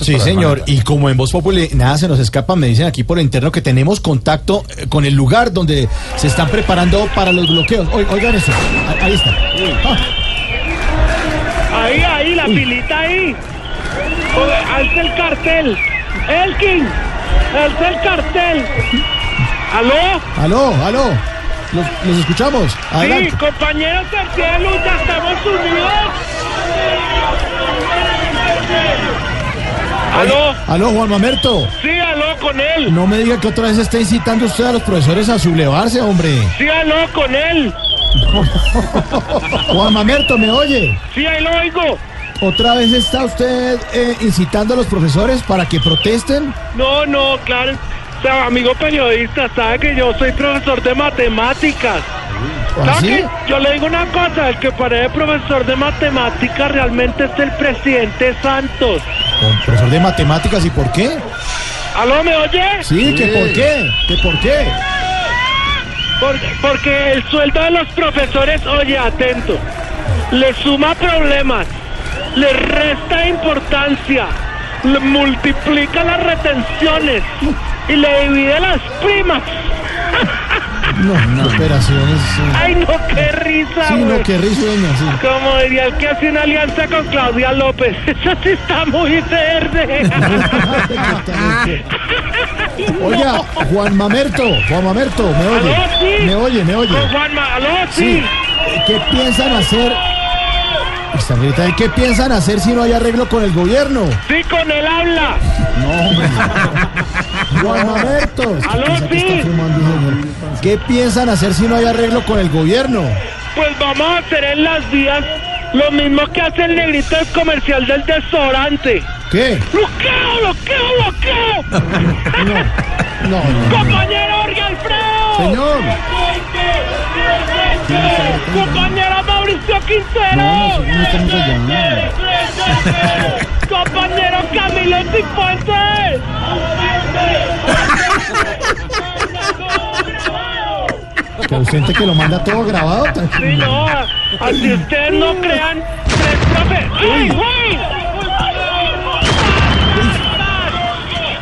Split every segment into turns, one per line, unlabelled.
Sí, señor. Y como en Voz Populi nada se nos escapa, me dicen aquí por interno que tenemos contacto eh, con el lugar donde se están preparando para los bloqueos. Oi- Oigan eso. Ahí- Ahí está. Ah,
Ahí, ahí, la pilita ahí. Joder, alza el cartel. Elkin, alza el cartel. ¿Aló?
aló, aló. Los, los escuchamos.
Sí,
Adelante.
compañeros del cielo, ya estamos unidos. ¿Aló?
Aló, Juan Mamerto.
Sí, aló con él.
No me diga que otra vez está incitando usted a los profesores a sublevarse, hombre.
Sí, aló con él.
Juan Mamerto, ¿me oye?
Sí, ahí lo oigo.
¿Otra vez está usted eh, incitando a los profesores para que protesten?
No, no, claro. O sea, amigo periodista, sabe que yo soy profesor de matemáticas. ¿Sabe
¿Así?
qué? Yo le digo una cosa, el que parece profesor de matemáticas realmente es el presidente Santos.
Con profesor de matemáticas, ¿y por qué?
¿Aló, me oye?
Sí, que por qué, que por qué.
Por- porque el sueldo de los profesores, oye, atento, le suma problemas, le resta importancia, le multiplica las retenciones y le divide las primas.
No, operaciones. eh,
¡Ay, no, qué risa,
Sí,
güey.
no, qué risueña, sí.
Como diría el que hace una alianza con Claudia López. Esa sí está muy verde.
Oiga, Juan Mamerto, Juan Mamerto, ¿me oye?
¿Aló, sí?
¿Me oye, me oye?
Con Juanma, aló,
Sí.
sí.
Eh, ¿Qué piensan hacer? Están gritando, ¿Qué piensan hacer si no hay arreglo con el gobierno?
Sí, con él habla.
Juan Mamerto. es que
¿Aló,
piensa que
sí?
está fumando, señor. ¿Qué piensan hacer si no hay arreglo con el gobierno?
Pues vamos a hacer en las vías lo mismo que hace el negrito del comercial del desodorante.
¿Qué?
¡Bloqueo, bloqueo, bloqueo!
No, no.
¡Compañero Jorge Alfredo!
Señor.
¡Presente, presente! ¡Compañero Mauricio Quintero!
No, nosotros no estamos allá.
¡Presente! ¡Compañero Camilo Cifuentes!
Que ausente que lo manda todo grabado.
Sí, no, así ustedes no crean, tres profe. ¡Ay, güey!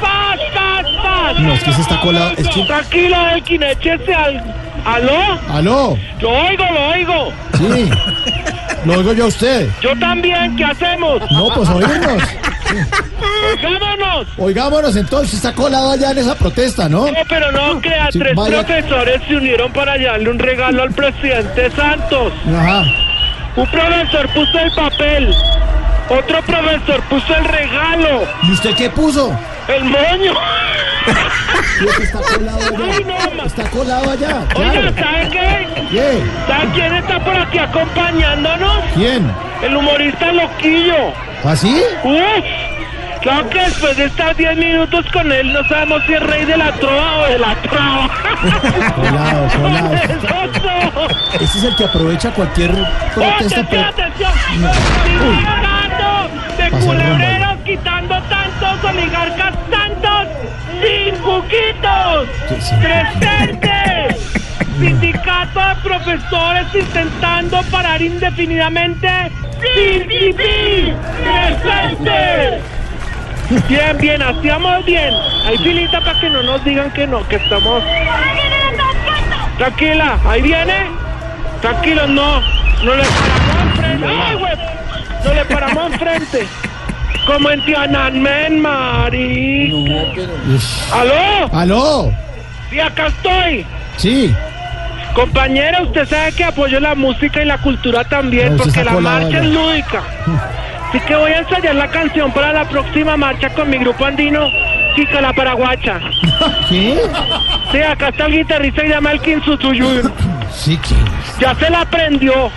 ¡Paz, paz, paz!
No, es que se está colado. Es que...
Tranquilo, Elkin, échese al... ¿Aló?
¿Aló?
Lo oigo, lo oigo.
Sí. Lo oigo yo a usted.
Yo también, ¿qué hacemos?
No, pues oímos.
¡Vámonos!
Oigámonos entonces, está colado allá en esa protesta, ¿no?
No, pero no crea,
Sí,
tres
vaya.
profesores se unieron para llevarle un regalo al presidente Santos.
Ajá.
Un profesor puso el papel, otro profesor puso el regalo,
¿Y usted qué puso?
el moño.
Y ese está colado allá. Está colado allá.
Oiga,
Claro.
¿sabe qué?
¿Qué?
¿Sabe quién está por aquí acompañándonos?
¿Quién?
El humorista Loquillo.
¿Así?
¡Uf! Claro que después de estar 10 minutos con él no sabemos si es rey de la trova o de la trova.
Colado, colado.
¡Eso!
Ese es el que aprovecha cualquier protesta.
¡Atención,
pero-
atención! ¡Sigue hablando de
Pasa el rumbo.
culebreros quitando tantos oligarcas tantos! ¡Sin cuquitos!
Sí, sí.
¡Presentes! Sindicato de profesores intentando parar indefinidamente. ¡Sí, sí, sí! ¡Presentes! Bien, bien, hacíamos bien. Hay filita para que no nos digan que no, que estamos. Tranquila, ahí viene. Tranquilo, no. No le paramos enfrente. ¡Ay, güey! No le paramos enfrente. Como en Tiananmen, Mari.
Ush.
¡Aló!
¿Aló?
Sí, acá estoy.
Sí.
Compañera, usted sabe que apoyo la música y la cultura también,
No, usted
porque la
sacó la
marcha
valla.
es lúdica. Así que voy a ensayar la canción para la próxima marcha con mi grupo andino, Chica la Paraguacha.
¿Qué?
Sí, acá está el guitarrista y llama el Kinsutuyun.
Sí, ¿quién es?
Ya se la aprendió.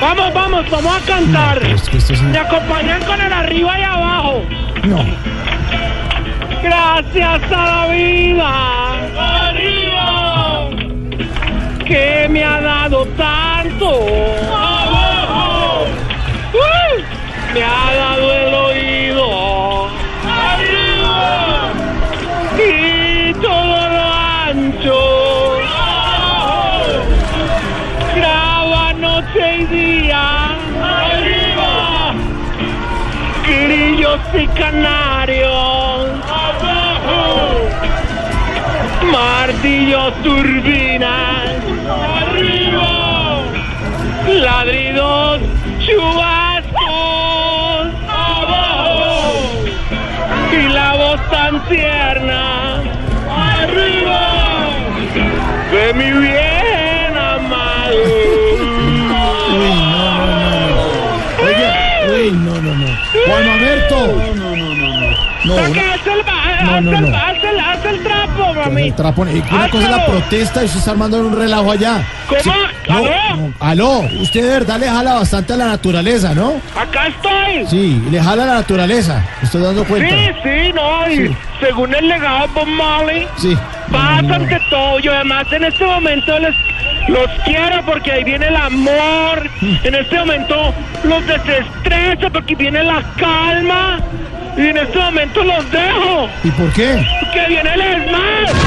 Vamos, vamos, vamos a cantar.
Pero es que esto es un-
Me acompañan con el arriba y abajo.
No.
Gracias a la vida. Que me ha dado tanto. ¡Uy! Me ha dado el oído. Y todo lo ancho. Graba noche y día. Grillos y canarios. Abajo. Martillos, turbinas. Arriba. Ladridos, chubascos. Abajo. Y la voz tan tierna. Arriba. De mi bien amado.
Oiga, uy, no, no, no. Juan Alberto. No, no, no, no. No, no.
Saca, haz el,
No,
ba-
no,
haz el-
no.
haz el- haz el trapo, mami.
El trapo, eh, una cosa es la
Hazlo.
protesta y usted está armando un relajo allá.
¿Cómo?
No,
¿Aló?
no. Aló, usted de verdad le jala bastante a la naturaleza, ¿no?
Acá estoy.
Sí, le jala a la naturaleza. Me Estoy dando cuenta.
Sí, sí, no, y
Sí.
según el legado de Bob Marley,
Sí.
paz ante todo. Yo además en este momento les, los quiero porque ahí viene el amor,
Mm.
en este momento los desestreso porque viene la calma, y en este momento los dejo,
¿Y por qué?
porque viene el esmalte.